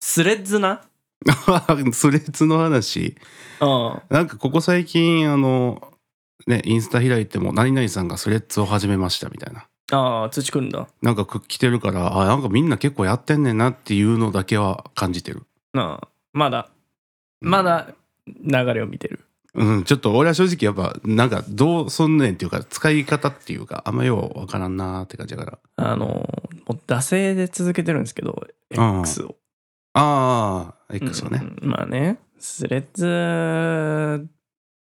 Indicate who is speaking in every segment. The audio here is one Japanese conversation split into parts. Speaker 1: スレッズな
Speaker 2: スレッズの話。
Speaker 1: うん。
Speaker 2: なんかここ最近、あの、ね、インスタ開いても、何々さんがスレッズを始めましたみたいな。
Speaker 1: ああ、通知来るんだ。
Speaker 2: なんか来てるから、あ、なんかみんな結構やってんねんなっていうのだけは感じてる。
Speaker 1: なあ。まだ、まだ流れを見てる。
Speaker 2: うん、ちょっと俺は正直やっぱ、なんかどうそんねんっていうか、使い方っていうか、あんまようわからんなーって感じだから。
Speaker 1: あの、もう惰性で続けてるんですけど、
Speaker 2: うん
Speaker 1: X を。
Speaker 2: ああ、X をね。
Speaker 1: うんまあね、スレッズ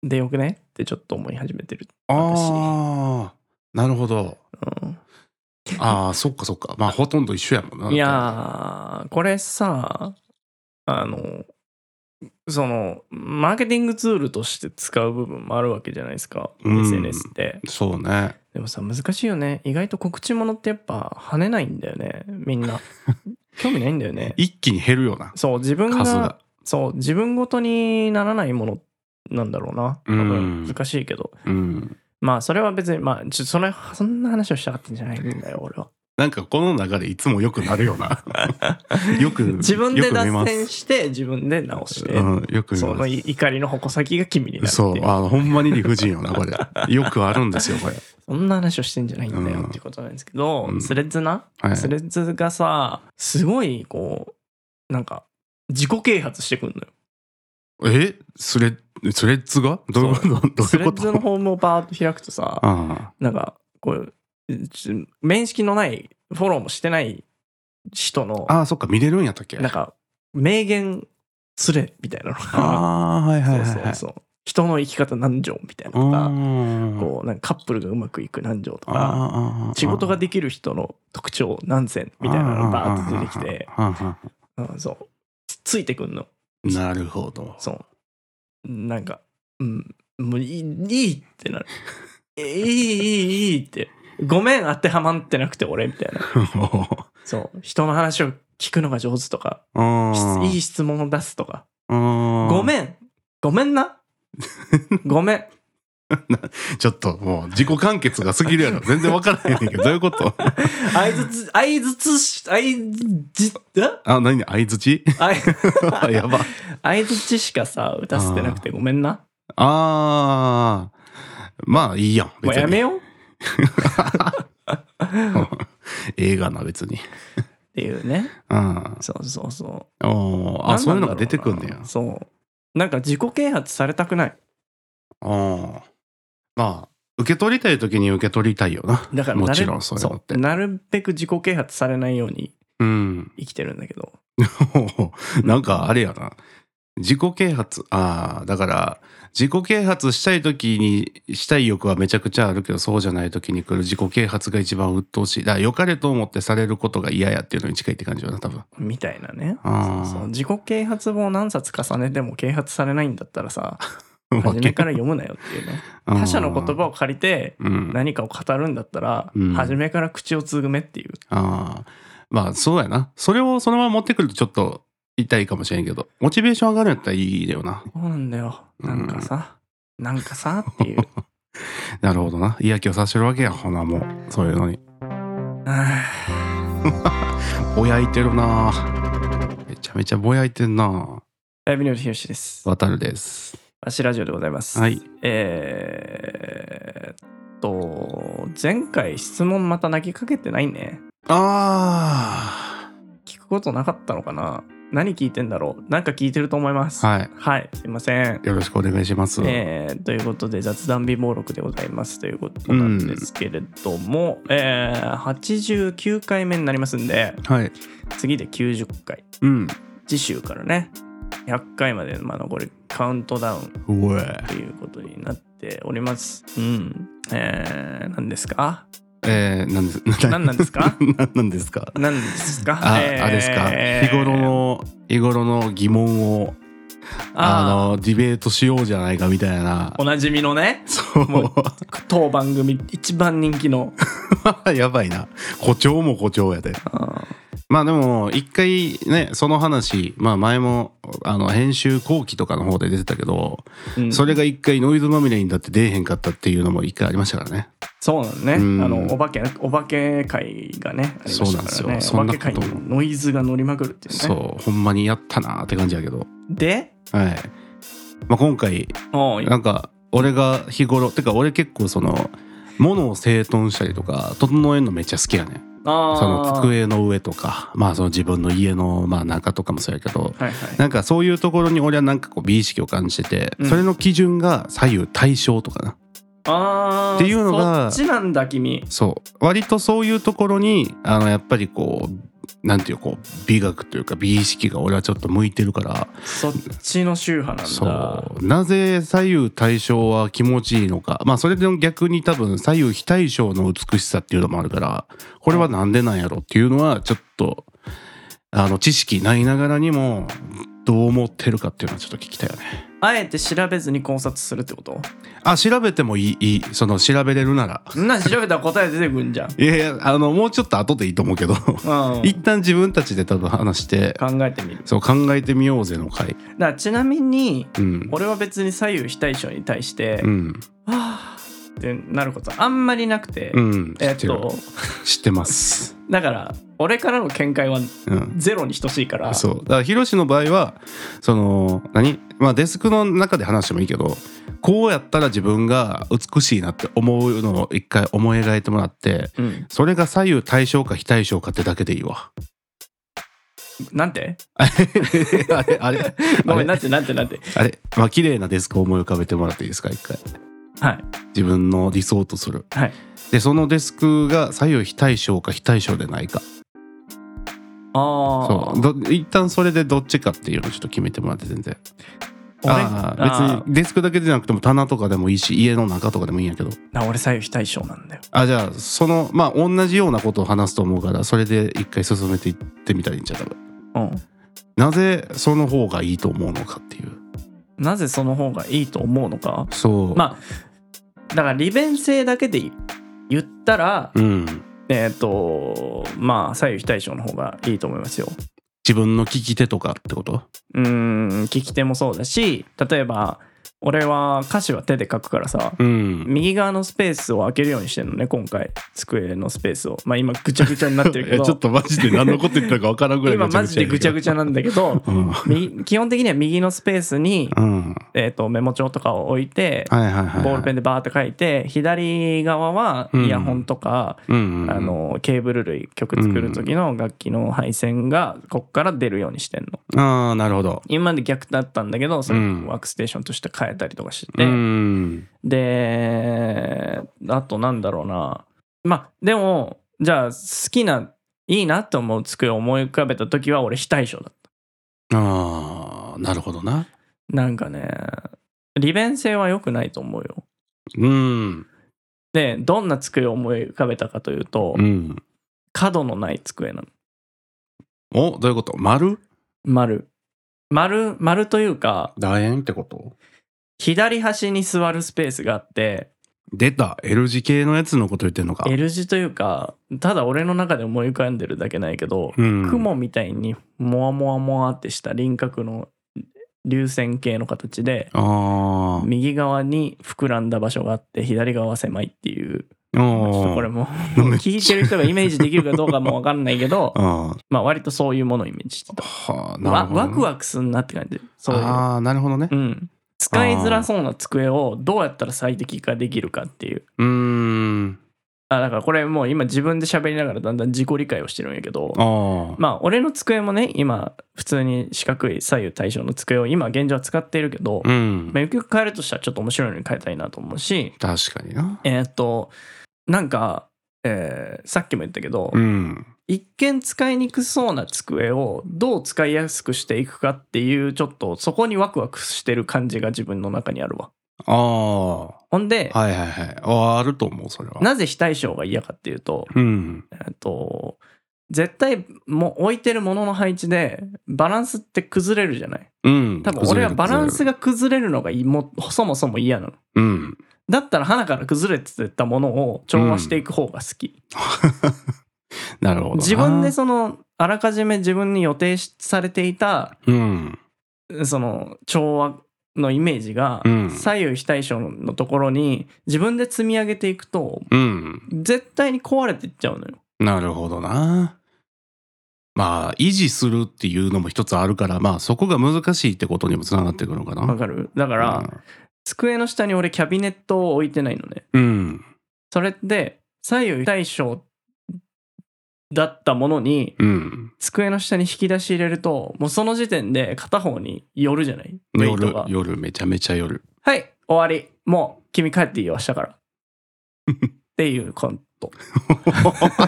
Speaker 1: でよくねってちょっと思い始めてる。
Speaker 2: ああ、なるほど。
Speaker 1: うん
Speaker 2: ああ、そっかそっか。まあ、ほとんど一緒やもんな。
Speaker 1: いやー、これさ、あの、その、マーケティングツールとして使う部分もあるわけじゃないですか、
Speaker 2: うん
Speaker 1: SNS って。
Speaker 2: そうね。
Speaker 1: でもさ、難しいよね。意外と告知ものってやっぱ跳ねないんだよね、みんな。 興味ないんだよね。
Speaker 2: 一気に減るような。
Speaker 1: そう、自分
Speaker 2: 数
Speaker 1: が
Speaker 2: が、
Speaker 1: そう、自分ごとにならないものなんだろうな。多
Speaker 2: うん
Speaker 1: 分難しいけど。
Speaker 2: うん。
Speaker 1: まあそれは別にまあちょそれそんな話をしたかったんじゃないんだよ俺は。
Speaker 2: なんかこの中でいつもよくなるよ うな。よく、
Speaker 1: 自分で
Speaker 2: よく見
Speaker 1: 脱
Speaker 2: ます
Speaker 1: 線して自分で直して、
Speaker 2: うん、よく見
Speaker 1: そ
Speaker 2: ま
Speaker 1: の
Speaker 2: す。
Speaker 1: 怒りの矛先が君になるってい
Speaker 2: そうう、あの、ほんまに理不尽よな、 これ。よくあるんですよ、これ。
Speaker 1: そんな話をしてんじゃないんだ
Speaker 2: うん
Speaker 1: よってことなんですけど、
Speaker 2: うん
Speaker 1: スレッズな、
Speaker 2: はい
Speaker 1: スレッズがさすごいこうなんか自己啓発してくんのよ。
Speaker 2: えスレッ、スレッズがどういうことどう
Speaker 1: ス
Speaker 2: い
Speaker 1: レ
Speaker 2: うこ
Speaker 1: ッズの
Speaker 2: と
Speaker 1: ホームをバーッと開くとさ
Speaker 2: あ
Speaker 1: なんかこうち面識のないフォローもしてない人の
Speaker 2: あ、ああそっか、見れるんやったっけ
Speaker 1: なんか名言すれみたいなのが。
Speaker 2: ああ、はいはいはいはい。
Speaker 1: そうそうそう人の生き方何条みたいなの
Speaker 2: う
Speaker 1: とか
Speaker 2: ん
Speaker 1: こうなんかカップルがうまくいく何条と
Speaker 2: ああ
Speaker 1: か
Speaker 2: あああ
Speaker 1: 仕事ができる人の特徴何選みたいなのがバーって出てきて、
Speaker 2: ああああああああ
Speaker 1: うん、そうつついてくんの
Speaker 2: なるほど。
Speaker 1: そうなんかうんもういいいいってなる いいいいいいってごめん当てはまってなくて俺みたいなそう人の話を聞くのが上手とか
Speaker 2: うん
Speaker 1: いい質問を出すとかご
Speaker 2: ごん。
Speaker 1: めんごめんなご めん
Speaker 2: ちょっともう自己完結が過ぎるやろ。 全然わからへんねんけど、どういうこと
Speaker 1: 相づつ、相づつし、相づ、え
Speaker 2: あ、何相づち
Speaker 1: 相
Speaker 2: やば。
Speaker 1: 相づちしかさ、歌捨てなくてごめんな。
Speaker 2: あー。まあいいやん。
Speaker 1: もうやめ
Speaker 2: よ
Speaker 1: ようっ
Speaker 2: 映画な、別に。
Speaker 1: ていうね。
Speaker 2: うん。
Speaker 1: そうそうそ
Speaker 2: お
Speaker 1: う。
Speaker 2: ーあ、そういうのが出てくんね
Speaker 1: だ
Speaker 2: や。
Speaker 1: そう。なんか自己啓発されたくない。
Speaker 2: うん。まあ、受け取りたい時に受け取りたいよな。
Speaker 1: だからなる、
Speaker 2: もちろんそういうのって
Speaker 1: そ。なるべく自己啓発されないように
Speaker 2: うん。
Speaker 1: 生きてるんだけど。
Speaker 2: ほう なんかあれやな。自己啓発、ああ、だから、自己啓発したい時に、したい欲はめちゃくちゃあるけど、そうじゃない時に来る自己啓発が一番鬱陶しい。だから、良かれと思ってされることが嫌やっていうのに近いって感じよな、多分。
Speaker 1: みたいなね。
Speaker 2: あー
Speaker 1: そうそう自己啓発本を何冊重ねても啓発されないんだったら さ、
Speaker 2: わ
Speaker 1: 初
Speaker 2: け
Speaker 1: めから読むなよっていうね。
Speaker 2: うん
Speaker 1: 他者の言葉を借りて、
Speaker 2: うん。
Speaker 1: 何かを語るんだったら、
Speaker 2: うん
Speaker 1: 初めから口をつぐめっていう
Speaker 2: ああ。まあ、そうやな。それをそのまま持ってくるとちょっと痛いかもしれんけど、モチベーション上がるんやったらいいだよな。
Speaker 1: そうなんだよ
Speaker 2: うん
Speaker 1: なんかさ、なんかさって いう
Speaker 2: なるほどな。嫌気をさせてるわけや、ほな、もう。そういうのに。
Speaker 1: あ
Speaker 2: ぼやいてるなめちゃめちゃぼやいてんな
Speaker 1: ーライブニュースひろしです
Speaker 2: 渡るです
Speaker 1: わしラジオでございます
Speaker 2: はい
Speaker 1: えーっと前回質問また投げかけてないね
Speaker 2: あ
Speaker 1: 聞くことなかったのかな何聞いてんだろうなんか聞いてると思います
Speaker 2: ーはい
Speaker 1: はい、すいません
Speaker 2: よろしくお願いします、
Speaker 1: えーということで雑談美貌録でございますということなんですけれども、えー89回目になりますんで
Speaker 2: はい
Speaker 1: 次で90回
Speaker 2: うん
Speaker 1: 次週からね100回まで、まあ、残りカウントダウン
Speaker 2: うえ
Speaker 1: ということになっておりますうんえー、何ですか
Speaker 2: えー、なんです
Speaker 1: 何 なんですか
Speaker 2: 何 なんですか
Speaker 1: 何ですか
Speaker 2: あ、
Speaker 1: えー
Speaker 2: あれですか日頃の日頃の疑問をあ
Speaker 1: あ
Speaker 2: のディベートしようじゃないかみたいな
Speaker 1: おなじみのね
Speaker 2: そう
Speaker 1: もう当番組一番人気の
Speaker 2: やばいな誇張も誇張やで
Speaker 1: あー
Speaker 2: まあでも一回ねその話まあ前もあの編集後期とかの方で出てたけど、
Speaker 1: うん
Speaker 2: それが一回ノイズまみれになって出えへんかったっていうのも一回ありましたからね
Speaker 1: そうなのね、
Speaker 2: うん
Speaker 1: あのお化けお化け会がねありました
Speaker 2: そう
Speaker 1: か
Speaker 2: な
Speaker 1: ら
Speaker 2: んで
Speaker 1: ね
Speaker 2: す
Speaker 1: お
Speaker 2: よそん
Speaker 1: 化
Speaker 2: な
Speaker 1: け
Speaker 2: こと
Speaker 1: 会にノイズが乗りまくるっていうね
Speaker 2: そうほんまにやったなーって感じやけど
Speaker 1: で
Speaker 2: はい、まあ、今回
Speaker 1: もう
Speaker 2: なんか俺が日頃てか俺結構その物を整頓したりとか整えるのめっちゃ好きやねん
Speaker 1: あー
Speaker 2: その机の上とかまあその自分の家のまあ中とかもそうやけど
Speaker 1: はいはい
Speaker 2: なんかそういうところに俺はなんかこう美意識を感じてて、
Speaker 1: うん
Speaker 2: それの基準が左右対称とかな
Speaker 1: あー
Speaker 2: っていうのが
Speaker 1: そっちなんだ君
Speaker 2: そう割とそういうところにあのやっぱりこうなんていうこう美学というか美意識が俺はちょっと向いてるから
Speaker 1: そっちの宗派なんだ
Speaker 2: そうなぜ左右対称は気持ちいいのかまあそれでも逆に多分左右非対称の美しさっていうのもあるからこれはなんでなんやろっていうのはちょっとあの知識ないながらにもどう思ってるかっていうのはちょっと聞きたいよね。
Speaker 1: あえて調べずに考察するってこと
Speaker 2: あ調べてもいいいいその調べれるなら。
Speaker 1: そんなん調べたら答え出てくんじゃん、
Speaker 2: いやいやあのもうちょっと後でいいと思うけど
Speaker 1: うん、
Speaker 2: 一旦自分たちで多分話して
Speaker 1: 考えてみる
Speaker 2: そう考えてみようぜの回。
Speaker 1: だからちなみに
Speaker 2: うん
Speaker 1: 俺は別に左右非対称に対して、
Speaker 2: うん
Speaker 1: はぁってなることあんまりなくて、
Speaker 2: うん、
Speaker 1: えっ
Speaker 2: 知てる
Speaker 1: と
Speaker 2: 知ってます。
Speaker 1: だから俺からの見解は
Speaker 2: うん
Speaker 1: ゼロに等しいから
Speaker 2: そうだからヒロシの場合はその何、まあ、デスクの中で話してもいいけどこうやったら自分が美しいなって思うのを一回思い描いてもらって
Speaker 1: うん、
Speaker 2: それが左右対称か非対称かってだけでい いわ
Speaker 1: なんて
Speaker 2: あれあれ
Speaker 1: ごめん
Speaker 2: あ
Speaker 1: なんてなんてなんて
Speaker 2: れあれまあ綺麗なデスクを思い浮かべてもらっていいですか一回
Speaker 1: はい
Speaker 2: 自分の理想とする
Speaker 1: はい
Speaker 2: でそのデスクが左右非対称か非対称でないか
Speaker 1: あ
Speaker 2: そう
Speaker 1: あ
Speaker 2: ど一旦それでどっちかっていうのをちょっと決めてもらって全然ああ別にデスクだけじゃなくても棚とかでもいいし家の中とかでもいいんやけど
Speaker 1: な俺左右非対称なんだよ
Speaker 2: あじゃあそのまあ同じようなことを話すと思うからそれで一回進めていってみたらいいんちゃう多分
Speaker 1: うん
Speaker 2: なぜその方がいいと思うのかっていう
Speaker 1: なぜその方がいいと思うのか
Speaker 2: そう
Speaker 1: まだから利便性だけで言ったら、
Speaker 2: うん
Speaker 1: えっ、とまあ左右非対称の方がいいと思いますよ
Speaker 2: 自分の聞き手とかってこと
Speaker 1: うーん聞き手もそうだし例えば俺は歌詞は手で書くからさ
Speaker 2: うん
Speaker 1: 右側のスペースを開けるようにしてるのね今回机のスペースをまあ今ぐちゃぐちゃになってる
Speaker 2: い
Speaker 1: け
Speaker 2: や
Speaker 1: ど
Speaker 2: ちょっとマジで何のこと言ってたか分からんぐらい
Speaker 1: 今マジでぐちゃぐちゃなんだけど
Speaker 2: うん、 うん、
Speaker 1: 右基本的には右のスペースに、
Speaker 2: はい
Speaker 1: えー、とメモ帳とかを置いて
Speaker 2: はいはいはい
Speaker 1: ボールペン
Speaker 2: ン
Speaker 1: でバーって書いて左側はイヤホンとか、
Speaker 2: うん、うん、
Speaker 1: あのケーブル類曲作る時の楽器の配線がこっから出るようにしてんの
Speaker 2: ああなるほど
Speaker 1: 今まで逆だったんだけどそれ
Speaker 2: うん
Speaker 1: ワークステーションとして変えたりとかして、
Speaker 2: うん
Speaker 1: であとなんだろうなまあでもじゃあ好きないいなと思う机を思い浮かべた時は俺非対称だっ
Speaker 2: ああなるほどな
Speaker 1: たなんかね利便性は良くないと思うよ
Speaker 2: うん
Speaker 1: でどんな机を思い浮かべたかというと、
Speaker 2: うん
Speaker 1: 角のない机なの
Speaker 2: おどういうこと丸
Speaker 1: 丸丸丸というか
Speaker 2: 楕円ってこと
Speaker 1: 左端に座るスペースがあって
Speaker 2: 出た L 字系のやつのこと言ってんのか、
Speaker 1: L 字というかただ俺の中で思い浮かんでるだけないけど、
Speaker 2: うん、
Speaker 1: 雲みたいにモワモワモワってした輪郭の流線形の形で
Speaker 2: あ
Speaker 1: 右側に膨らんだ場所があって左側は狭いっていう
Speaker 2: あ
Speaker 1: ちょっとこれ
Speaker 2: こ
Speaker 1: も
Speaker 2: うん
Speaker 1: 聞いてる人がイメージできるかどうかも分かんないけど
Speaker 2: あ
Speaker 1: まあ割とそういうものをイメージしてた
Speaker 2: はあな
Speaker 1: わ
Speaker 2: るほどね、
Speaker 1: ワクワクすんなって感じそういう
Speaker 2: ああなるほどね
Speaker 1: うん、使いづらそうな机をどうやったら最適化できるかっていう
Speaker 2: うーん
Speaker 1: あだからこれもう今自分で喋りながらだんだん自己理解をしてるんやけど
Speaker 2: あー
Speaker 1: まあ俺の机もね今普通に四角い左右対称の机を今現状は使っているけど、
Speaker 2: うん
Speaker 1: まあ、よくよく変えるとしたらちょっと面白いのに変えたいなと思うし
Speaker 2: 確かにな
Speaker 1: えーっとなんか、えーさっきも言ったけど、
Speaker 2: うん
Speaker 1: 一見使いにくそうな机をどう使いやすくしていくかっていうちょっとそこにワクワクしてる感じが自分の中にあるわ。
Speaker 2: ああは
Speaker 1: ほんで、
Speaker 2: いはいはいあーあると思うそれは
Speaker 1: なぜ非対称が嫌かっていうと,、
Speaker 2: うん
Speaker 1: えっと絶対もう置いてるものの配置でバランスって崩れるじゃない
Speaker 2: うん
Speaker 1: 多分俺はバランス
Speaker 2: が
Speaker 1: が崩れるのがいもそもそも嫌なの
Speaker 2: うん
Speaker 1: だったら花から崩れてたものを調和していく方が好き、
Speaker 2: なるほどな
Speaker 1: 自分でそのあらかじめ自分に予定しされていた
Speaker 2: うん
Speaker 1: その調和のイメージが
Speaker 2: うん
Speaker 1: 左右非対称のところに自分で積み上げていくと
Speaker 2: うん。
Speaker 1: 絶対に壊れていっちゃうのよ。
Speaker 2: なるほどな。まあ、維持するっていうのも一つあるから、まあ、そこが難しいってことにもつながってくるのかな。
Speaker 1: わかるだから、机の下に俺キャビネットを置いてないのね。
Speaker 2: うん。うん。
Speaker 1: それで左右非対称だったものに
Speaker 2: うん。
Speaker 1: 机の下に引き出し入れるともうその時点で片方に寄るじゃないウェイト
Speaker 2: 夜
Speaker 1: が、。
Speaker 2: 夜、めちゃめちゃ夜。
Speaker 1: はい終わりもう君帰っていいよ明日から。っていうコント。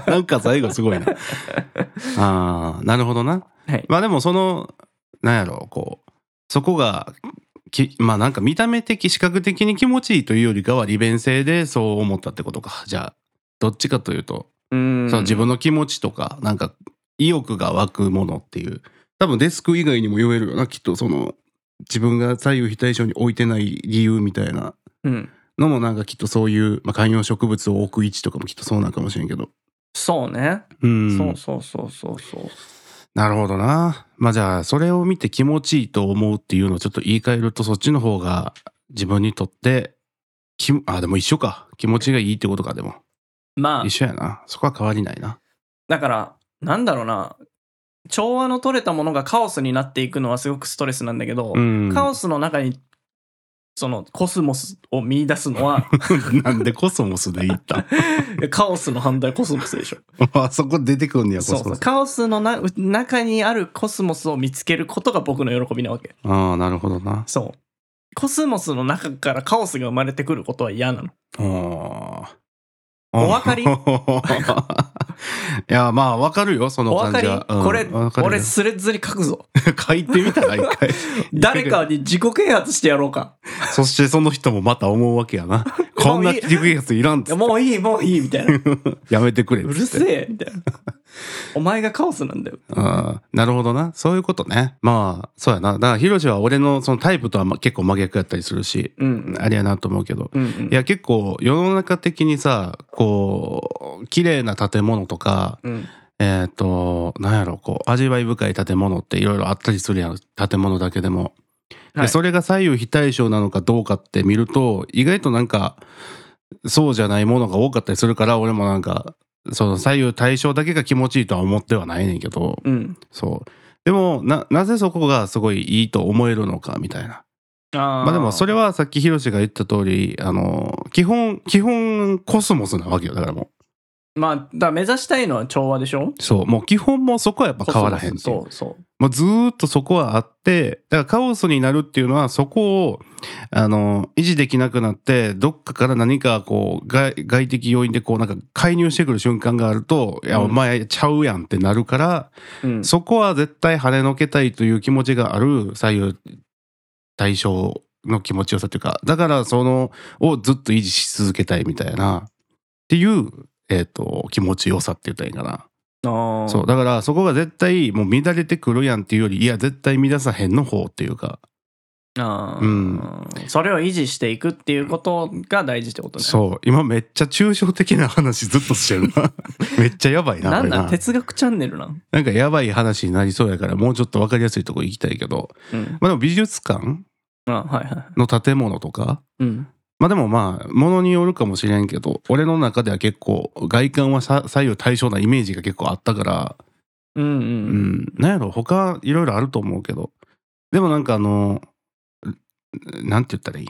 Speaker 2: なんか最後 すごいな。ああ、なるほどな。
Speaker 1: はい
Speaker 2: まあでもその、なんやろう、こう、そこが、きまあなんか見た目的、視覚的に気持ちいいというよりかは利便性でそう思ったってことか。じゃあ、どっちかというと、
Speaker 1: うん
Speaker 2: その自分の気持ちとか、なんか意欲が湧くものっていう。多分デスク以外にも言えるよな、きっとその、自分が左右非対称に置いてない理由みたいな
Speaker 1: うん、
Speaker 2: のもなんかきっとそういう、まあ、観葉植物を置く位置とかもきっとそうなんかもしれんけど。
Speaker 1: そうね、
Speaker 2: うん。
Speaker 1: そうそうそうそうそう
Speaker 2: なるほどな。まあじゃあ、それを見て気持ちいいと思うっていうのをちょっと言い換えると、そっちの方が自分にとって、きあ、でも一緒か。気持ちがいいってことか、でも。
Speaker 1: まあ
Speaker 2: 一緒やな。そこは変わりないな。
Speaker 1: だからなんだろうな調和の取れたものがカオスになっていくのはすごくストレスなんだけど、
Speaker 2: うん。
Speaker 1: カオスの中にそのコスモスを見出すの は
Speaker 2: なんでコスモスで言った
Speaker 1: カオスの反対コスモスでしょ
Speaker 2: あそこ出てくるん ねや、コ
Speaker 1: そう
Speaker 2: スモス。
Speaker 1: カオスのな中にあるコスモスを見つけることが僕の喜びなわけ
Speaker 2: ああ、なるほどな。
Speaker 1: そうコスモスの中からカオスが生まれてくることは嫌なの
Speaker 2: お
Speaker 1: お分かり
Speaker 2: いや、まあ、わかるよ、その
Speaker 1: お分
Speaker 2: 感
Speaker 1: か
Speaker 2: じ
Speaker 1: り、
Speaker 2: は。
Speaker 1: これ
Speaker 2: わかるよ
Speaker 1: 俺スレッズに書くぞ
Speaker 2: 書 いてみたら、一 回。
Speaker 1: 誰かに自己啓発してやろう か
Speaker 2: そしてその人もまた思うわけや な。こんな低いやついらんっ
Speaker 1: い
Speaker 2: つ
Speaker 1: や
Speaker 2: って
Speaker 1: もういいもういいみたい な
Speaker 2: やめてくれっ
Speaker 1: う
Speaker 2: つって。
Speaker 1: るせえみたいな お前がカオスなんだよ
Speaker 2: うんなるほどな。そういうことね。まあ、そうやな。だから、ヒロシは俺のそのタイプとはま結構真逆やったりするし、
Speaker 1: うん
Speaker 2: あれやなと思うけど。
Speaker 1: うんうん
Speaker 2: いや、結構世の中的にさ、こう、綺麗な建物とか、
Speaker 1: うん
Speaker 2: えっ、と、なんやろ、こう、味わい深い建物っていろいろあったりするやん。建物だけでも。
Speaker 1: はい
Speaker 2: でそれが左右非対称なのかどうかって見ると意外となんかそうじゃないものが多かったりするから俺もなんかその左右対称だけが気持ちいいとは思ってはないねんけど
Speaker 1: うん
Speaker 2: そうでもななぜそこがすごいいいと思えるのかみたいな
Speaker 1: あ
Speaker 2: まあでもそ
Speaker 1: れ
Speaker 2: れはさっきヒロシが言った通りあの基本基本コスモスなわけよだからも
Speaker 1: まあだから目指したいのは調和でしょ
Speaker 2: うそうもう基本もそこはやっぱ変わらへんっていう
Speaker 1: そうそう
Speaker 2: もうずーっとそこはあって、だからカオスになるっていうのはそこを、あの、維持できなくなって、どっかから何かこう、外外的要因でこうなんか介入してくる瞬間があると、いや、
Speaker 1: うん
Speaker 2: お前ちゃうやんってなるから、
Speaker 1: そううん
Speaker 2: そこは絶対跳ねのけたいという気持ちがある左右対象の気持ちよさというか、だからそのをずっと維持し続けたいみたいな、っていう、えっ、と、気持ちよさって言ったらいいんかな。
Speaker 1: ああ
Speaker 2: そうだからそこが絶対もう乱れてくるやんっていうよりいや絶対乱さへんの方っていうか
Speaker 1: ああ
Speaker 2: うん
Speaker 1: それを維持していくっていうことが大事ってことね
Speaker 2: そう今めっちゃ抽象的な話ずっとしてる なめっちゃやばいな
Speaker 1: なん
Speaker 2: これ
Speaker 1: だ
Speaker 2: な
Speaker 1: 哲学チャンネルなん、
Speaker 2: なんかやばい話になりそうやからもうちょっと分かりやすいとこ行きたいけど
Speaker 1: うん、
Speaker 2: まあでも美術館
Speaker 1: あはいはい
Speaker 2: の建物とか
Speaker 1: うん
Speaker 2: まあでもまあ物によるかもしれんけど俺の中では結構外観はさ左右対称なイメージが結構あったから
Speaker 1: うんう
Speaker 2: うんん、なんやろ他いろいろあると思うけどでもなんかあのんなんて言ったらいい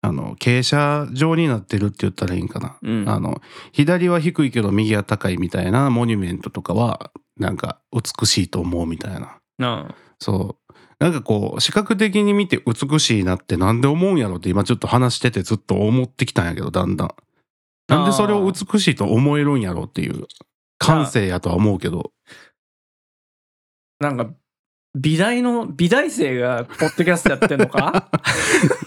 Speaker 2: あの傾斜状になってるって言ったらいいんかな、
Speaker 1: うん
Speaker 2: あの左は低いけど右は高いみたいなモニュメントとかはなんか美しいと思うみたいな
Speaker 1: あ
Speaker 2: そうなんかこう視覚的に見て美しいなってなんで思うんやろって今ちょっと話しててずっと思ってきたんやけどだんだんなんでそれを美しいと思えるんやろっていう感性やとは思うけど
Speaker 1: なんか美大の美大生がポッドキャストやってんの か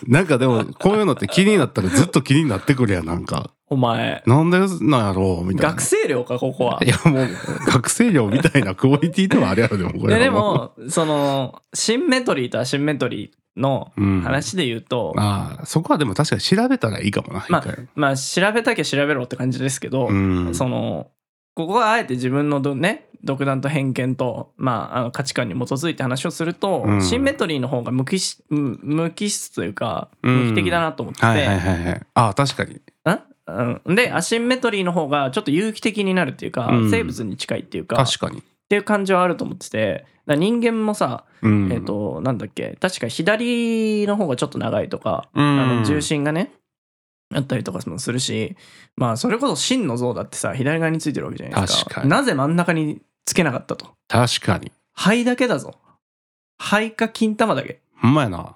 Speaker 2: なんかでも、こういうのって気になったらずっと気になってくるやん、なんか。
Speaker 1: お前
Speaker 2: なんでなんやろうみたいな。
Speaker 1: 学生寮かここはい
Speaker 2: や、もう、学生寮みたいなクオリティではあるやろ、でも、これ
Speaker 1: でで、
Speaker 2: は
Speaker 1: もそのシンメトリーとアシンメトリーの
Speaker 2: うん。
Speaker 1: 話で言うと、
Speaker 2: ああ、そこはでも確かに調べたらいいかもな、一
Speaker 1: まあ
Speaker 2: 回。
Speaker 1: まあ調べたけ調べろって感じですけど、
Speaker 2: うん。
Speaker 1: そのここはあえて自分のどね独断と偏見と、まあ、あの価値観に基づいて話をすると、
Speaker 2: うん
Speaker 1: シンメトリーの方が無機質うん無機質というか
Speaker 2: うん
Speaker 1: 無機的だなと思ってて、
Speaker 2: はいはいはいはい。ああ、確かに。
Speaker 1: んうんでアシンメトリーの方がちょっと有機的になるっていうか、
Speaker 2: うん
Speaker 1: 生物に近いっていうかっ
Speaker 2: 確かに。
Speaker 1: ていう感じはあると思っててだから人間もさ、
Speaker 2: うん。
Speaker 1: えっ、となんだっけ確か左の方がちょっと長いとか、
Speaker 2: う
Speaker 1: あ
Speaker 2: ん、
Speaker 1: の重心がねあったりとかもするしまあそれこそ真の像だってさ左側についてるわけじゃないですか
Speaker 2: 確かに
Speaker 1: なぜ真ん中につけなかったと
Speaker 2: 確かに。
Speaker 1: 肺だけだぞ肺か金玉だけ
Speaker 2: ほんまやな。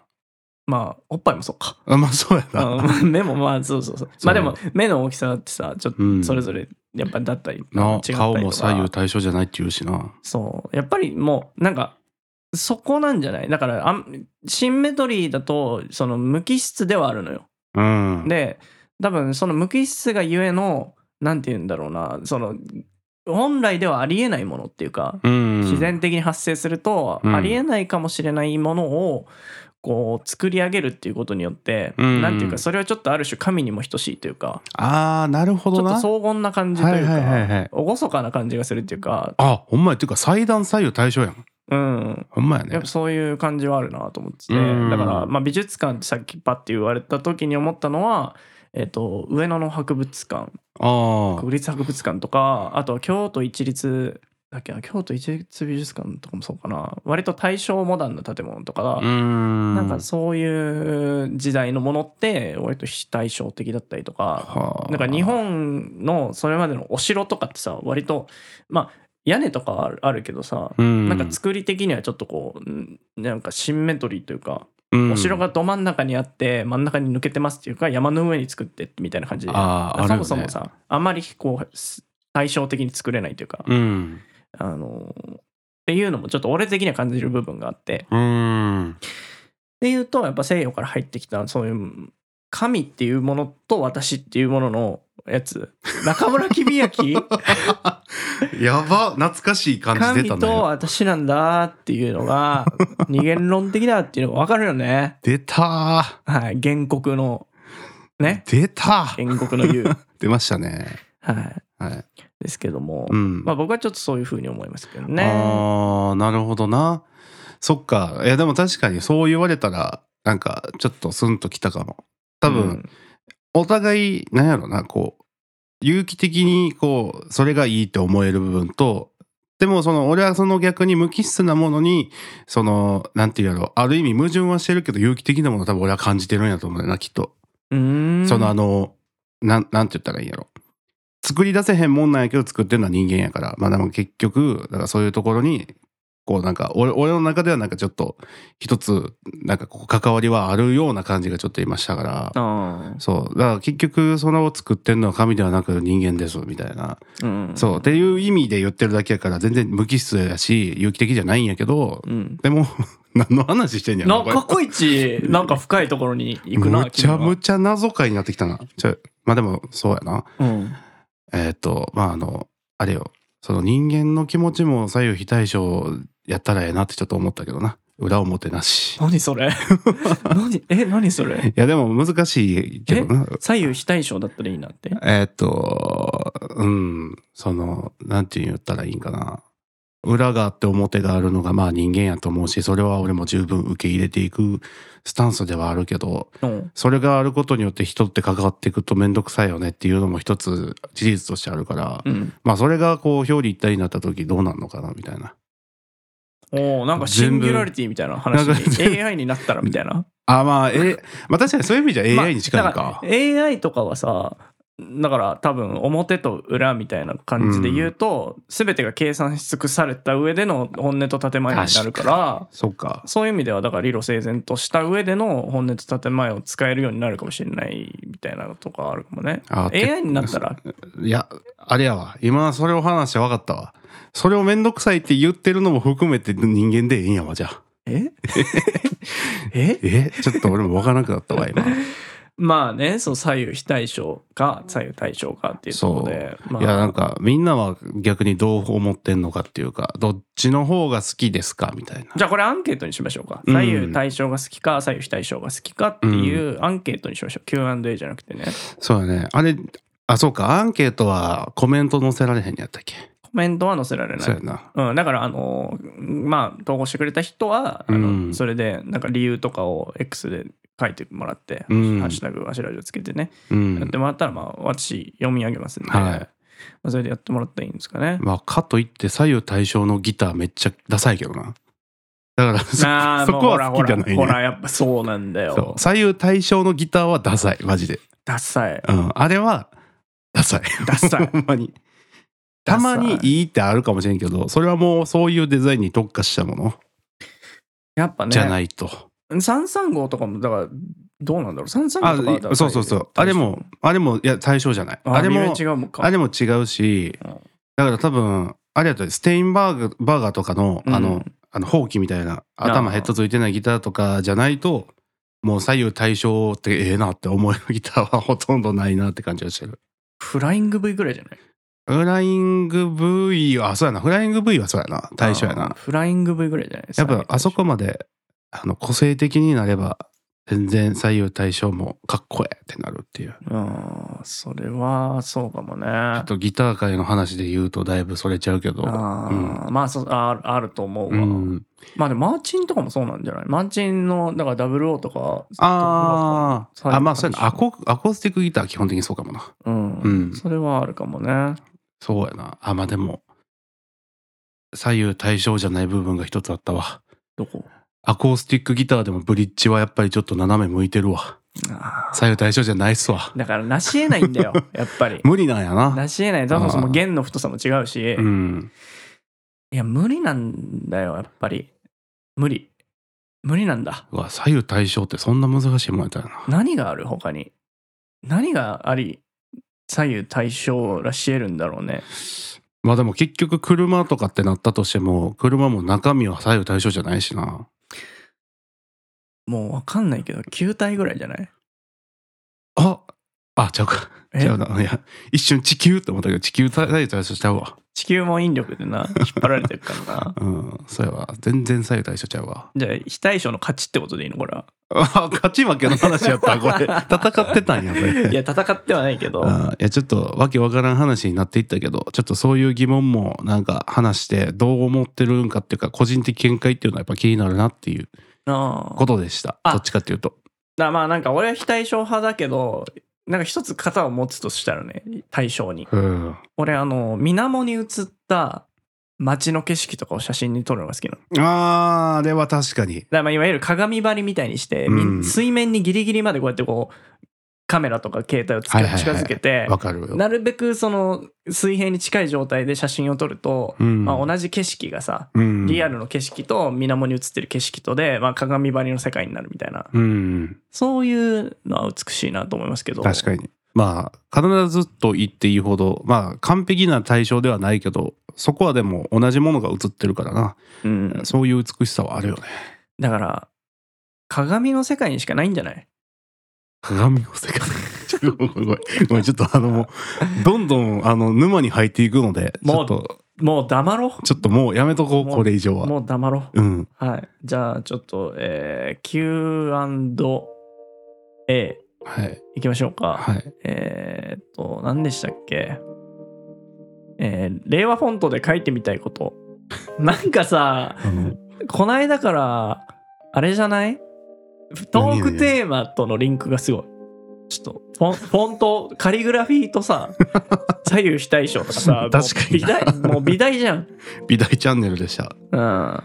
Speaker 1: まあおっぱいもそうか
Speaker 2: あまあ、そうや
Speaker 1: あ
Speaker 2: な。
Speaker 1: の 目もまあそうそうそうまあでも目の大きさだってさちょっ
Speaker 2: うん
Speaker 1: とそれぞれやっぱだったり、違
Speaker 2: な
Speaker 1: ったりとか
Speaker 2: 顔も左右対称じゃないって言うしな。
Speaker 1: そうやっぱりもうなんかそこなんじゃないだからあんシンメトリーだとその無機質ではあるのよ
Speaker 2: うん。
Speaker 1: で多分その無機質がゆえのなんて言うんだろうなその本来ではありえないものっていうか、
Speaker 2: うん、
Speaker 1: 自然的に発生すると、
Speaker 2: うん
Speaker 1: ありえないかもしれないものをこう作り上げるっていうことによって、
Speaker 2: うん
Speaker 1: なんていうかそれはちょっとある種神にも等しいというか
Speaker 2: ああ、なるほ
Speaker 1: ち
Speaker 2: ど
Speaker 1: ょっ
Speaker 2: な。
Speaker 1: と荘厳な感じというか、
Speaker 2: はいはいはいはい
Speaker 1: 厳かな感じがするっていうか
Speaker 2: あ、ほんまや。っていうか、祭壇左右対称やん。
Speaker 1: うん
Speaker 2: ほんまやね。
Speaker 1: やっぱそういう感じはあるなと思ってて、
Speaker 2: うん
Speaker 1: だから、まあ、美術館ってさっきパッて言われた時に思ったのは、えっと上野の博物館
Speaker 2: ああ。
Speaker 1: 国立博物館とかあとは京都一律だっけな京都一律美術館とかもそうかな割と大正モダンな建物とかが、
Speaker 2: うん。
Speaker 1: なんかそういう時代のものって割と非対称的だったりとか
Speaker 2: はあ
Speaker 1: なんか日本のそれまでのお城とかってさ割とまあ屋根とかはあるあるけどさ
Speaker 2: うん、
Speaker 1: なんか作り的にはちょっとこううんなんかシンメトリーというか
Speaker 2: うん
Speaker 1: お城がど真ん中にあって真ん中に抜けてますっていうか山の上に作ってみたいな感じで
Speaker 2: ああある
Speaker 1: そ
Speaker 2: よ
Speaker 1: も
Speaker 2: ね
Speaker 1: そもさあんまりこうす対照的に作れないというか、
Speaker 2: うん
Speaker 1: あのっていうのもちょっと俺的には感じる部分があって
Speaker 2: うん
Speaker 1: っていうとやっぱ西洋から入ってきたそういう神っていうものと私っていうもののやつ中村公明
Speaker 2: やば懐かしい感じ出
Speaker 1: 神
Speaker 2: た
Speaker 1: と
Speaker 2: ね
Speaker 1: 私なんだっていうのが二元論的だっていうのが分かるよね
Speaker 2: 出た
Speaker 1: はい原告のね
Speaker 2: 出た
Speaker 1: 原告の 言う
Speaker 2: 出ましたね
Speaker 1: はい
Speaker 2: はい
Speaker 1: ですけども、
Speaker 2: うん、
Speaker 1: まあ僕はちょっとそういうふうに思いますけどね
Speaker 2: ああなるほどなそっかいやでも確かにそう言われたらなんかちょっとスンときたかも多分、
Speaker 1: うん
Speaker 2: お互いなんやろなこう有機的にこうそれがいいって思える部分とでもその俺はその逆に無機質なものにそのなんていうやろある意味矛盾はしてるけど有機的なものを多分俺は感じてるんやと思うよなきっと、
Speaker 1: うーん
Speaker 2: そのあのなんなんて言ったらいいんやろ作り出せへんもんなんやけど作ってるのは人間やからまあでも結局だからそういうところにこうなんか俺俺の中ではなんかちょっと一つなんかこう関わりはあるような感じがちょっと今したから
Speaker 1: あ
Speaker 2: そう。だから結局、そのを作ってんのは神ではなく人間です、みたいな。
Speaker 1: ーうん
Speaker 2: そう。っていう意味で言ってるだけやから、全然無機質やし、有機的じゃないんやけど、
Speaker 1: うん
Speaker 2: でも、 何の話してんや
Speaker 1: な
Speaker 2: ろ
Speaker 1: んか
Speaker 2: こ
Speaker 1: 過去一なんか深いところに
Speaker 2: れ
Speaker 1: 行くな
Speaker 2: むちゃ
Speaker 1: 君は
Speaker 2: むちゃ謎解になってきたな。ちょまあでも、そうやな。
Speaker 1: うん
Speaker 2: えーっ、と、まああの、あれよ。その人間の気持ちも左右非対称やったらええなってちょっと思ったけどな。裏表なし。
Speaker 1: 何それ 何え何それ
Speaker 2: いや、でも難しいけどな。
Speaker 1: 左右非対称だったらいいなって
Speaker 2: えーっと、うん、その、なんて言ったらいいんかな。裏があって表があるのがまあ人間やと思うし、それは俺も十分受け入れていくスタンスではあるけど、
Speaker 1: うん
Speaker 2: それがあることによって人って関わっていくとめんどくさいよねっていうのも一つ事実としてあるから、
Speaker 1: うん
Speaker 2: まあそれがこう表裏一体になった時どうなんのかなみたいな。
Speaker 1: おーなんかシンギュラリティみたいな話
Speaker 2: なんか全
Speaker 1: に AI になったらみたいな
Speaker 2: あ、まあ、え、まあ確かにそういう意味じゃ
Speaker 1: まあ
Speaker 2: AI に近いの
Speaker 1: だ
Speaker 2: か。
Speaker 1: ら AI とかはさだから多分表と裏みたいな感じで言うと、全てが計算し尽くされた上での本音と建前になるから
Speaker 2: そっか。
Speaker 1: そういう意味ではだから理路整然とした上での本音と建前を使えるようになるかもしれないみたいなとかあるかもね
Speaker 2: あ
Speaker 1: AI になったら
Speaker 2: いや、あれやわ。今、それを話して分かったわ。それをめんどくさいって言ってるのも含めて人間でええんやわ、じゃあ。
Speaker 1: ええ
Speaker 2: えちょっと俺も分からなくなった わ、今。
Speaker 1: まあねそう左右非対称か左右対称かっていうところでまあ
Speaker 2: いや、なんか、みんなは逆にどう思ってんのかっていうか、どっちの方が好きですかみたいな。
Speaker 1: じゃあこれアンケートにしましょうか
Speaker 2: うん
Speaker 1: 左右対称が好きか左右非対称が好きかっていうアンケートにしましょう Q&A じゃなくてね
Speaker 2: そうだね。あれ、あ、そうか。アンケートはコメント載せられへんやったっけ
Speaker 1: コメントは載せられない
Speaker 2: そうやな。
Speaker 1: うん、だからあのまあ投稿してくれた人はあの、
Speaker 2: うん
Speaker 1: それでなんか理由とかを X で書いてもらって「
Speaker 2: うん
Speaker 1: ハッシュタグわしラジオ」つけてね、
Speaker 2: うん。
Speaker 1: やってもらったらまあ私読み上げますんで、
Speaker 2: はい
Speaker 1: まあそれでやってもらったらいいんですかね。
Speaker 2: まあ、かといって左右対称のギターめっちゃダサいけどな。だから そ、
Speaker 1: なあ
Speaker 2: そこ
Speaker 1: もうほら
Speaker 2: は好きじゃない
Speaker 1: ほらほら
Speaker 2: ね。
Speaker 1: やっぱそうなんだ
Speaker 2: そ
Speaker 1: よ
Speaker 2: う。左右対称のギターはダサい、マジで。
Speaker 1: ダサい
Speaker 2: うん。あれは、ダサい。
Speaker 1: ダサ い
Speaker 2: ほんまに。たまに
Speaker 1: ダサい
Speaker 2: いいってあるかもしれんけど、それはもうそういうデザインに特化したもの
Speaker 1: やっぱね
Speaker 2: じゃないと。
Speaker 1: 335とかもだからどうなんだろう335とか
Speaker 2: あ
Speaker 1: はダサい
Speaker 2: そうそうそう。あれも、あれも、いや、対象じゃない。
Speaker 1: あ
Speaker 2: あれ
Speaker 1: 微
Speaker 2: も
Speaker 1: 妙に、違うもんか
Speaker 2: あれも違うし
Speaker 1: うん、
Speaker 2: だから多分、あれやったらステインバーグバーガーとかの、あ
Speaker 1: う
Speaker 2: の
Speaker 1: ん、
Speaker 2: あの、ほうきみたいな、頭ヘッドついてないギターとかじゃないと、もう左右対称ってええなって思えるギターはほとんどないなって感じがしてる。
Speaker 1: フライング V ぐらいじゃない
Speaker 2: フライング V は、あそうやな、フライング V はそうやな、対象や
Speaker 1: あー
Speaker 2: な。
Speaker 1: フライング V ぐらいじゃない
Speaker 2: やっぱあそこまで、あの、個性的になれば、全然左右対称もかっこええってなるっていう。
Speaker 1: うんそれはそうかもね
Speaker 2: ちょ
Speaker 1: あ
Speaker 2: っとギター界の話で言うとだいぶそれちゃうけど。
Speaker 1: ーまあそうああると思う
Speaker 2: う
Speaker 1: わ、
Speaker 2: ん。
Speaker 1: まあでもマーチンとかもそうなんじゃないマーチンのだから00とか
Speaker 2: あ
Speaker 1: そう
Speaker 2: あ。
Speaker 1: だ
Speaker 2: あ、まあそうやな。アコアコースティックギターは基本的にそうかもな。
Speaker 1: うん、
Speaker 2: うん
Speaker 1: それはあるかもね
Speaker 2: そうやな。あ、まあでも、左右対称じゃない部分が一つあったわ。
Speaker 1: どこ
Speaker 2: アコースティックギターでもブリッジはやっぱりちょっと斜め向いてるわ。
Speaker 1: あ
Speaker 2: 左右対称じゃないっすわ
Speaker 1: ー。だからなし得ないん だよやっぱり
Speaker 2: 無理なんやな。
Speaker 1: なし得ないそもそも弦の太さも違うし、
Speaker 2: うん。
Speaker 1: いや無理なんだよやっぱり無理無理なんだ
Speaker 2: うわ、左右対称ってそんな難しいもんやったんやな。
Speaker 1: 何がある他に何があり左右対称らし得るんだろうね
Speaker 2: まあでも結局車とかってなったとしても、車も中身は左右対称じゃないしな。
Speaker 1: もうわかんないけど球体ぐらいじゃない
Speaker 2: ああ、ちゃうか。
Speaker 1: え
Speaker 2: 違うな。いや、一瞬地球って思ったけど、地球大体対象ちゃうわ。
Speaker 1: 地球も引力でな引っ張られてるから な
Speaker 2: うん、そうやわ。全然左右対称ちゃうわ。
Speaker 1: じゃあ非対称の勝ちってことでいいのこれは
Speaker 2: あ勝ち負けの話やった、こ れ。戦ってたんや、これ。
Speaker 1: いや戦ってはないけど
Speaker 2: あいやちょっとわけわからん話になっていったけどちょっとそういう疑問もなんか話してどう思ってるんかっていうか個人的見解っていうのはやっぱ気になるなっていう
Speaker 1: あ
Speaker 2: ことでした
Speaker 1: あ
Speaker 2: どっちかっていうと
Speaker 1: だまあなんか俺は非対称派だけどなんか一つ型を持つとしたらね対称に
Speaker 2: うん
Speaker 1: 俺あの水面に映った街の景色とかを写真に撮るのが好きなのだか
Speaker 2: あーあれは確かに
Speaker 1: らまあいわゆる鏡張りみたいにして、み
Speaker 2: うん
Speaker 1: 水面にギリギリまでこうやってこうカメラとか携帯をつけ
Speaker 2: はいはいはい
Speaker 1: 近づけて
Speaker 2: わかるよ、
Speaker 1: なるべくその水平に近い状態で写真を撮ると、
Speaker 2: うん
Speaker 1: まあ、同じ景色がさ
Speaker 2: うん
Speaker 1: リアルの景色と水面に映ってる景色とで、まあ、鏡張りの世界になるみたいな
Speaker 2: うん
Speaker 1: そういうのは美しいなと思いますけど
Speaker 2: 確かにまあ必ずと言っていいほどまあ完璧な対象ではないけどそこはでも同じものが映ってるからな、
Speaker 1: うん、
Speaker 2: そういう美しさはあるよね
Speaker 1: だから鏡の世界にしかないんじゃない
Speaker 2: 鏡の世界ちょっと ごめんごめんごめんちょっとあのもうどんどんあの沼に入っていくのでち
Speaker 1: も
Speaker 2: ょ
Speaker 1: う
Speaker 2: っと
Speaker 1: もう黙ろ
Speaker 2: ちょっともうやめとこう
Speaker 1: もう
Speaker 2: これ以上
Speaker 1: う
Speaker 2: は
Speaker 1: もう黙ろう
Speaker 2: うん
Speaker 1: はい。じゃあ、ちょっと、えー、Q&A
Speaker 2: はい
Speaker 1: いきましょうか。
Speaker 2: はい
Speaker 1: えーっと、何でしたっけえー、令和フォントで書いてみたいこと。 なんかさ、
Speaker 2: あの
Speaker 1: こないだから、あれじゃないトークテーマとのリンクがすごい。ちょっとフォン、 フォント、カリグラフィーと さ、左右非対称とかさ、
Speaker 2: 確かにな
Speaker 1: もう美大、もう美大じゃん。
Speaker 2: 美大チャンネルでした
Speaker 1: うん。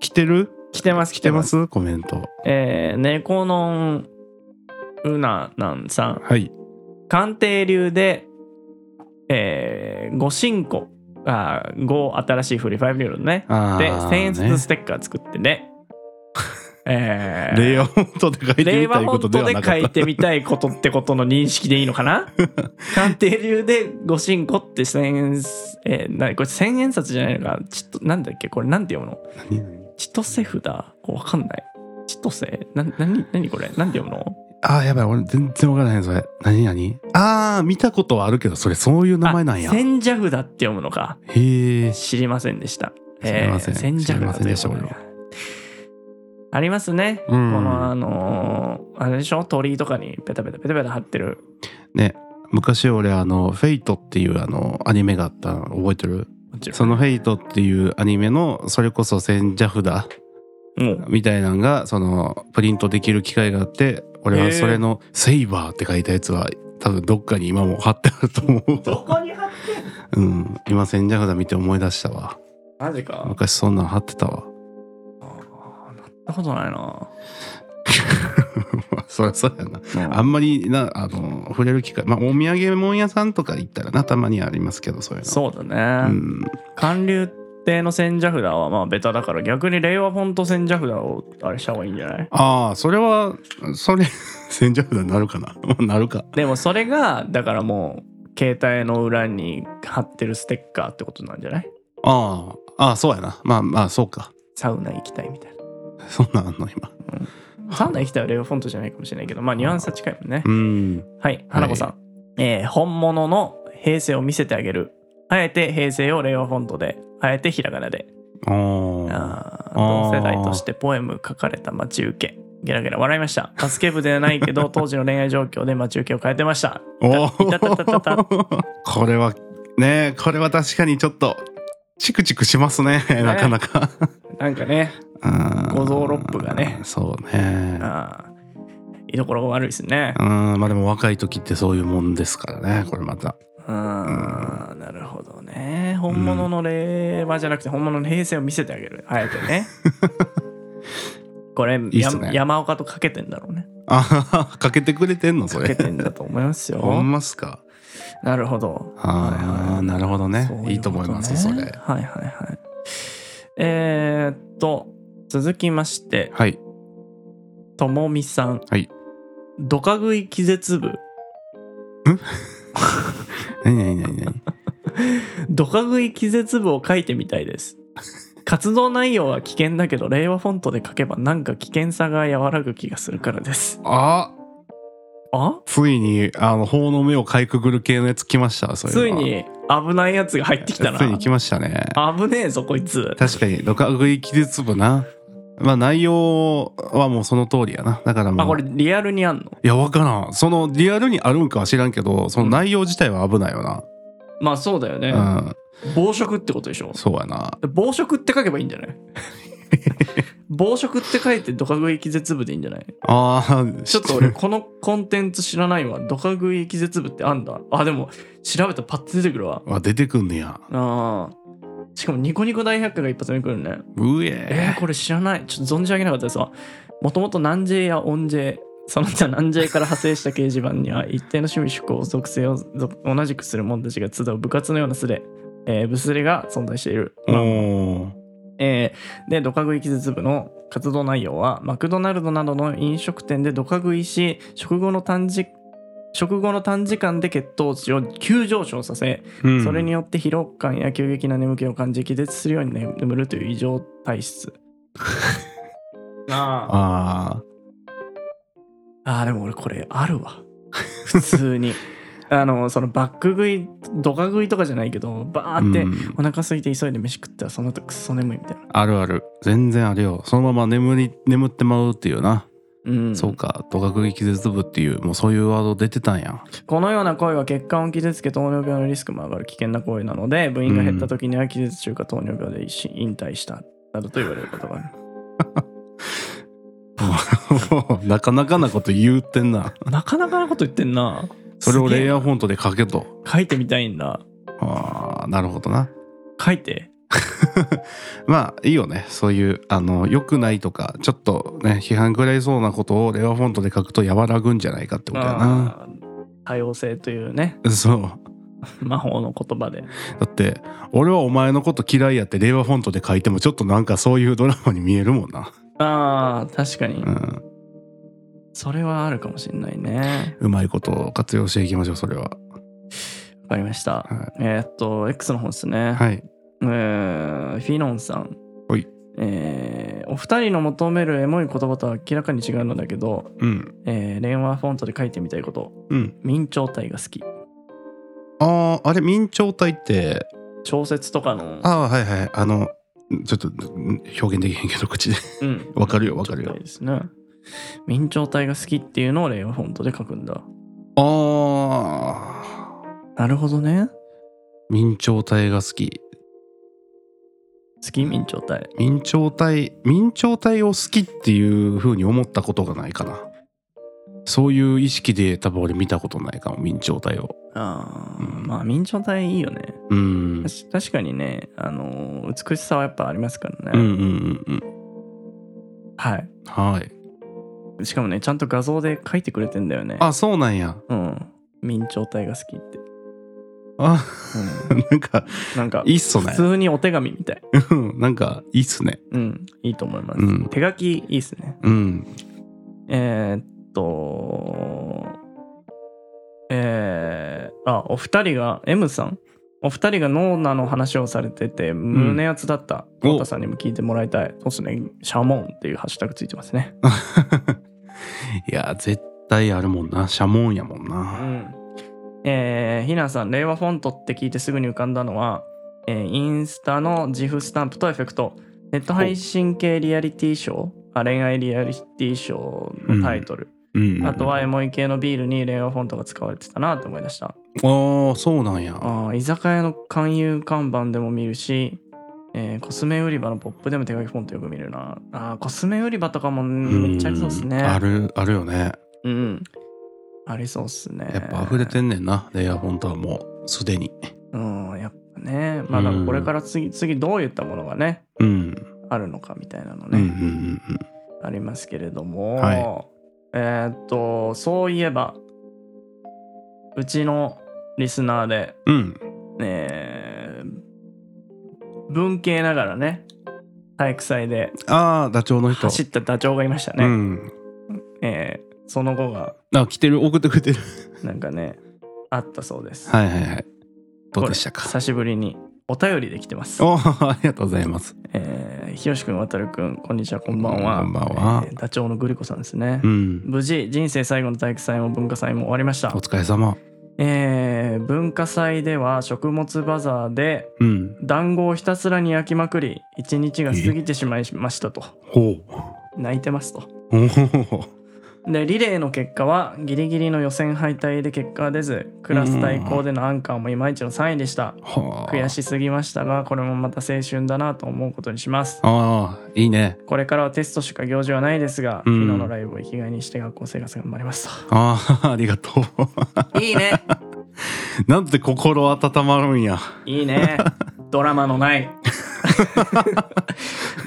Speaker 2: 来てる
Speaker 1: 来てます、
Speaker 2: 来てま。すコメント
Speaker 1: えー、猫のんうななんさん
Speaker 2: はい
Speaker 1: 鑑定流で、えー、ご進行あーご新しいフリーファイブルールね
Speaker 2: あ
Speaker 1: で
Speaker 2: あ
Speaker 1: 1000円ずつス
Speaker 2: ね
Speaker 1: テッカー作ってね えー
Speaker 2: 令和フォントで書いて
Speaker 1: 令
Speaker 2: み
Speaker 1: 和
Speaker 2: たい
Speaker 1: フ
Speaker 2: こ
Speaker 1: ォ
Speaker 2: と
Speaker 1: ン
Speaker 2: で
Speaker 1: ト
Speaker 2: は
Speaker 1: で
Speaker 2: なか
Speaker 1: 書
Speaker 2: っ
Speaker 1: いてみたいことってことの認識でいいのか な鑑定流でご進行って1000円、えー、なこれ1000円札じゃないのかちょっとなんだっけこれなんて読むの
Speaker 2: た何々
Speaker 1: 千歳札これわかんない。千歳な、なに、なにこれなんて読むの
Speaker 2: あーやばい俺全然わからないそれ何何ああ見たことはあるけどそれそういう名前なんや
Speaker 1: あ千社札って読むのか。
Speaker 2: へえ
Speaker 1: 知りませんでした。
Speaker 2: 知りません
Speaker 1: 千社
Speaker 2: 知りま
Speaker 1: 札
Speaker 2: せん
Speaker 1: とい
Speaker 2: で
Speaker 1: う
Speaker 2: した
Speaker 1: もの
Speaker 2: 俺
Speaker 1: がありますね。
Speaker 2: うん
Speaker 1: このあのーあれでしょ鳥居とかにペタペタペタペタ貼ってる。
Speaker 2: ね昔俺あの「フェイトっていうあのアニメがあったの覚えてる
Speaker 1: もちろ
Speaker 2: その「フェイトっていうアニメのそれこそ千社札
Speaker 1: ん。もう、
Speaker 2: みたいなのがそのプリントできる機会があって俺はそれの「セイバー」って書いたやつは多分どっかに今も貼ってあると思う
Speaker 1: ど
Speaker 2: わ、
Speaker 1: こに貼ってんの
Speaker 2: うん、今千社札見て思い出したわ
Speaker 1: マジか。
Speaker 2: 昔そんなん貼ってたわ
Speaker 1: あーなったことないな。
Speaker 2: そりゃそうやなあんまりなあの触れる機会まあお土産物屋さんとか行ったらなたまにありますけどそういうの
Speaker 1: そうだ
Speaker 2: う
Speaker 1: ね。
Speaker 2: ん
Speaker 1: 韓流亭の千社札はまあベタだから逆に令和フォント千社札をあれした方がいいんじゃない
Speaker 2: ああそれはそれ 千社札になるかななるか
Speaker 1: でもそれがだからもう携帯の裏に貼ってるステッカーってことなんじゃない
Speaker 2: ああああそうやなまあまあそうか
Speaker 1: サウナ行きたいみたい
Speaker 2: そんなんあんの今
Speaker 1: な。サウナ行きたいは令和フォントじゃないかもしれないけどまあニュアンスは近いもんね
Speaker 2: う。ん
Speaker 1: はい、花子さん。えー本物の平成を見せてあげる。あえて平成を令和フォントで、あえてひらがなで。
Speaker 2: あー
Speaker 1: あー
Speaker 2: あー
Speaker 1: 同世代としてポエム書かれた待ち受け。ゲラゲラ笑いました。助け部ではないけ ど、当時の恋愛状況で待ち受けを変えてました。
Speaker 2: おお
Speaker 1: いたたたたた
Speaker 2: これはねこれは確かにちょっとチクチクしますねなか なか
Speaker 1: なんかね、
Speaker 2: うん
Speaker 1: 五臓六腑がね
Speaker 2: そうね
Speaker 1: あー居所が悪いですね。
Speaker 2: うんまあでも若い時ってそういうもんですからねこれまた
Speaker 1: うーん、なるほどね。本物の令和じゃなくて、本物の平成を見せてあげる。あえて ね。これ、
Speaker 2: いっ
Speaker 1: や
Speaker 2: すね
Speaker 1: 山岡とかけてんだろうね。
Speaker 2: あかけてくれてんのそ
Speaker 1: かけ
Speaker 2: れ
Speaker 1: てんだと思います
Speaker 2: ほ
Speaker 1: よ
Speaker 2: ん。ますか
Speaker 1: なるほど。
Speaker 2: ああなるほどね
Speaker 1: そううこと
Speaker 2: いいと思いますそれ
Speaker 1: はいはいはい。えー、っと、続きまして、
Speaker 2: はい
Speaker 1: ともみさん。
Speaker 2: はい。
Speaker 1: ドカ食い気絶部。
Speaker 2: 何何何何
Speaker 1: ドカ食い気絶部を書いてみたいです。活動内容は危険だけど、令和フォントで書けばなんか危険さが和らぐ気がするからです。
Speaker 2: あ
Speaker 1: あ
Speaker 2: ついにあの法の目をかいくぐる系のやつ来ましたそう
Speaker 1: つい
Speaker 2: い
Speaker 1: う
Speaker 2: の
Speaker 1: に危ないやつが入ってきたな。
Speaker 2: ついに来ましたね
Speaker 1: 危ねえぞ、こいつ。
Speaker 2: 確かにドカ食い気絶部なまあ内容はもうその通りやなだからもう
Speaker 1: あ、これリアルにあんの
Speaker 2: いやわからんそのリアルにあるんかは知らんけどその内容自体は危ないよな
Speaker 1: まあそうだよね。
Speaker 2: うん、
Speaker 1: 暴食ってことでしょ
Speaker 2: そうやな
Speaker 1: 暴食って書けばいいんじ ゃない暴食って書いてドカ食い気絶部でいいんじゃない
Speaker 2: ああ
Speaker 1: ちょっと 俺このコンテンツ知らないわ。ドカ食い気絶部ってあんだ。あ、でも調べたらパッと出てくるわ。
Speaker 2: あ出てくんねや
Speaker 1: あーしかもニコニコ大百科が一発目くるね。
Speaker 2: う
Speaker 1: え
Speaker 2: え
Speaker 1: ー、これ知らない。ちょっと存じ上げなかったですわ。もともと南ジやオンジその他南ジから派生した掲示板には一定の趣味趣向属性をぞ同じくする者たちが集う部活のようなスレ、えー、ブスレが存在している。
Speaker 2: おお
Speaker 1: えーで、ドカ食い気絶部の活動内容は、マクドナルドなどの飲食店でドカ食いし、食後の短時食後の短時間で血糖値を急上昇させ、
Speaker 2: ー
Speaker 1: それによって疲労感や急激な眠気を感じ、気絶するように眠るという異常体質。あ
Speaker 2: あ
Speaker 1: あー、でも俺これあるわ。普通に。 あの、そのバック食い、ドカ食いとかじゃないけど、バ
Speaker 2: あ
Speaker 1: ーって、
Speaker 2: うん
Speaker 1: お腹空いて急いで飯食ったら、その後クソ眠いみたいな。
Speaker 2: あるある全然あるよそのまま眠り眠ってまうっていうな、
Speaker 1: うん、
Speaker 2: そうか「ドカ食い気絶部」っていうもうそういうワード出てたんや
Speaker 1: このような行為は血管を傷つけ糖尿病のリスクも上がる危険な行為なので部員が減った時には気絶中か糖尿病で一心引退したなどと言われることがある
Speaker 2: なかなかなこと言うてん な
Speaker 1: なかなかなこと言ってんな
Speaker 2: それをレイヤー
Speaker 1: す
Speaker 2: フォントで書けと
Speaker 1: げえ書いてみたいんだ
Speaker 2: ああなるほどな
Speaker 1: 書いて
Speaker 2: まあいいよねそういうあの良くないとかちょっとね批判食らいそうなことをレイヤーフォントで書くと和らぐんじゃないかってことやな
Speaker 1: あー多様性という ね
Speaker 2: そう
Speaker 1: 魔法の言葉で
Speaker 2: だって俺はお前のこと嫌いやって令和フォントで書いてもちょっとなんかそういうドラマに見えるもんな、
Speaker 1: あー確かに
Speaker 2: うん、
Speaker 1: それはあるかもしれないね
Speaker 2: うまいことを活用していきましょうそれは
Speaker 1: わかりました、
Speaker 2: は
Speaker 1: えーっと X の方ですね、
Speaker 2: はい
Speaker 1: えーフィノンさん。
Speaker 2: ほい
Speaker 1: えーお二人の求めるエモい言葉とは明らかに違うのだけど、
Speaker 2: うん
Speaker 1: えー、連話フォントで書いてみたいこと。
Speaker 2: うん
Speaker 1: 明朝体が好き。
Speaker 2: あああれ明朝体って
Speaker 1: 小説とかの。
Speaker 2: ああはいはいあのちょっと表現できへんけど口で
Speaker 1: うん。
Speaker 2: わかるよわかるよ
Speaker 1: 明朝体ですね。明朝体が好きっていうのを令和フォントで書くんだ。
Speaker 2: あ
Speaker 1: なるほどね。
Speaker 2: 明朝体が好き
Speaker 1: 好き明朝体。
Speaker 2: 明朝体明朝体を好きっていう風に思ったことがないかなそういう意識で多分俺見たことないかも明朝体を
Speaker 1: ああ、
Speaker 2: うん
Speaker 1: まあ明朝体いいよね。
Speaker 2: うん
Speaker 1: たし確かにね、あのー美しさはやっぱありますから
Speaker 2: うんう
Speaker 1: ね。
Speaker 2: んうんうん
Speaker 1: はい。
Speaker 2: はい
Speaker 1: しかもね、ちゃんと画像で書いてくれてんだよね。
Speaker 2: あそうなんや
Speaker 1: うん。明朝体が好きって。
Speaker 2: あ
Speaker 1: うん、
Speaker 2: なんか
Speaker 1: なんか、
Speaker 2: いいっすね
Speaker 1: 普通にお手紙みたい。
Speaker 2: うんなんかいいっすね
Speaker 1: うん。いいと思います。
Speaker 2: うん
Speaker 1: 手書きいいっすね。
Speaker 2: うん
Speaker 1: えー、っと、えー、あ、お二人が、M さん、お二人がノーナの話をされてて、胸熱だった、
Speaker 2: お
Speaker 1: 太田さんにも聞いてもらいたい。そうですね、シャモンっていうハッシュタグついてますね。
Speaker 2: いや絶対あるもんなシャモンやもん
Speaker 1: う。
Speaker 2: なん
Speaker 1: えー、ひなさん、令和フォントって聞いてすぐに浮かんだのは、えーインスタのジフスタンプとエフェクト、ネット配信系リアリティショー、あ恋愛リアリティショーのタイトル、
Speaker 2: うんうん
Speaker 1: あとはエモい系のビールに令和フォントが使われてたなと思い出した。
Speaker 2: ああそうなんや
Speaker 1: ああ居酒屋の勧誘看板でも見るし、えーコスメ売り場のポップでも手書きフォントよく見るなあーコスメ売り場とかもめっちゃありそうっすね
Speaker 2: んあるあるよね
Speaker 1: うんありそうっすね
Speaker 2: やっぱ溢れてんねんな、レイヤーフォントはもうすでに
Speaker 1: うんやっぱねまあだからこれから次次どういったものがね
Speaker 2: うん、
Speaker 1: あるのかみたいなの
Speaker 2: うんうんう
Speaker 1: ね、
Speaker 2: んうん
Speaker 1: ありますけれども、
Speaker 2: は
Speaker 1: えーっとそういえばうちのリスナーで
Speaker 2: うん
Speaker 1: えー文系ながらね体育祭で
Speaker 2: ああダチョウの人
Speaker 1: 走ったダチョウがいました
Speaker 2: う
Speaker 1: ね、
Speaker 2: ん
Speaker 1: えーその後が
Speaker 2: あ来てる送ってくれてる
Speaker 1: なんかねあったそうです、
Speaker 2: はいはいはいどうでした
Speaker 1: これ
Speaker 2: か
Speaker 1: 久しぶりにお便りできてます
Speaker 2: おーありがとうございます
Speaker 1: えー、ひよしくんわたるくんこんにちはこんばんは
Speaker 2: こんばんは
Speaker 1: えーダチョウのグリコさんですね、
Speaker 2: うん
Speaker 1: 無事人生最後の体育祭も文化祭も終わりました
Speaker 2: お、疲れ様
Speaker 1: えー文化祭では食物バザーで
Speaker 2: うん
Speaker 1: 団子をひたすらに焼きまくり一日が過ぎてしまいましたと
Speaker 2: ほう
Speaker 1: 泣いてますと。
Speaker 2: おー
Speaker 1: でリレーの結果はギリギリの予選敗退で結果は出ずクラス対抗でのアンカーもいまいちの3位でした
Speaker 2: はあ
Speaker 1: 悔しすぎましたがこれもまた青春だなと思うことにします
Speaker 2: ああいいね
Speaker 1: これからはテストしか行事はないですが
Speaker 2: うん
Speaker 1: 昨日のライブを生きがいにして学校生活頑張ります
Speaker 2: ああありがとう
Speaker 1: と いいね
Speaker 2: なんて心温まるんや
Speaker 1: いいねドラマのない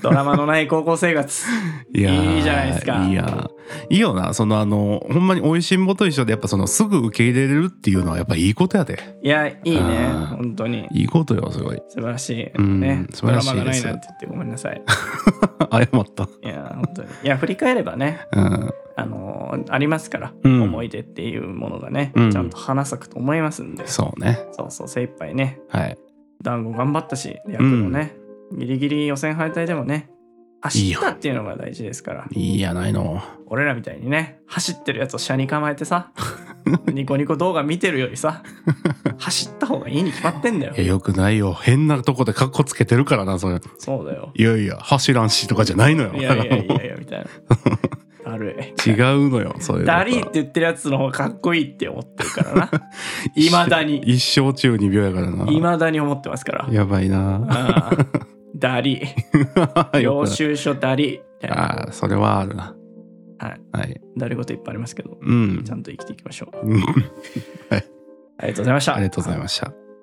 Speaker 1: ドラマのない高校生活
Speaker 2: いやー
Speaker 1: いいじゃないですか
Speaker 2: いやーいいよなそのあのほんまにおいしんぼと一緒でやっぱそのすぐ受け入れれるっていうのはやっぱいいことやで
Speaker 1: いやいいね
Speaker 2: あー
Speaker 1: 本当に
Speaker 2: いいことよすごい
Speaker 1: 素晴らしい
Speaker 2: うん
Speaker 1: ねド
Speaker 2: 素晴ら
Speaker 1: ラ
Speaker 2: し
Speaker 1: マが
Speaker 2: いで
Speaker 1: ない
Speaker 2: す
Speaker 1: なんて言ってごめんなさい
Speaker 2: 謝った
Speaker 1: いや本当にいや振り返ればね
Speaker 2: うん
Speaker 1: あのーありますから、
Speaker 2: うん
Speaker 1: 思い出っていうものがね、
Speaker 2: うん
Speaker 1: ちゃんと花咲くと思いますんで、
Speaker 2: そうね
Speaker 1: そうそう精一杯ね
Speaker 2: はい
Speaker 1: 団子頑張ったし役もね、ギリギリ予選敗退でもね走ったっていうのが大事ですから
Speaker 2: いいやないの
Speaker 1: 俺らみたいにね走ってるやつを車に構えて さニコニコ動画見てるよりさ走った方がいいに決まってんだよ
Speaker 2: いやよくないよ変なとこでカッコつけてるからなそれ
Speaker 1: そうだよ
Speaker 2: いやいや走らんしとかじゃないのよ
Speaker 1: いやいやいやいやみたい なだるい
Speaker 2: 違うのよそういうの
Speaker 1: ダリーって言ってるやつの方がかっこいいって思ってるからないまだに
Speaker 2: 一生中二病やからない
Speaker 1: まだに思ってますから。
Speaker 2: やば いな
Speaker 1: ああダ リ、領収書ダリ、
Speaker 2: ああーそれはあるな
Speaker 1: はい、
Speaker 2: はい
Speaker 1: ダリこといっぱいありますけど、
Speaker 2: うん
Speaker 1: ちゃんと生きていきましょう。
Speaker 2: うん
Speaker 1: ありがとうございました。
Speaker 2: ありがとうございました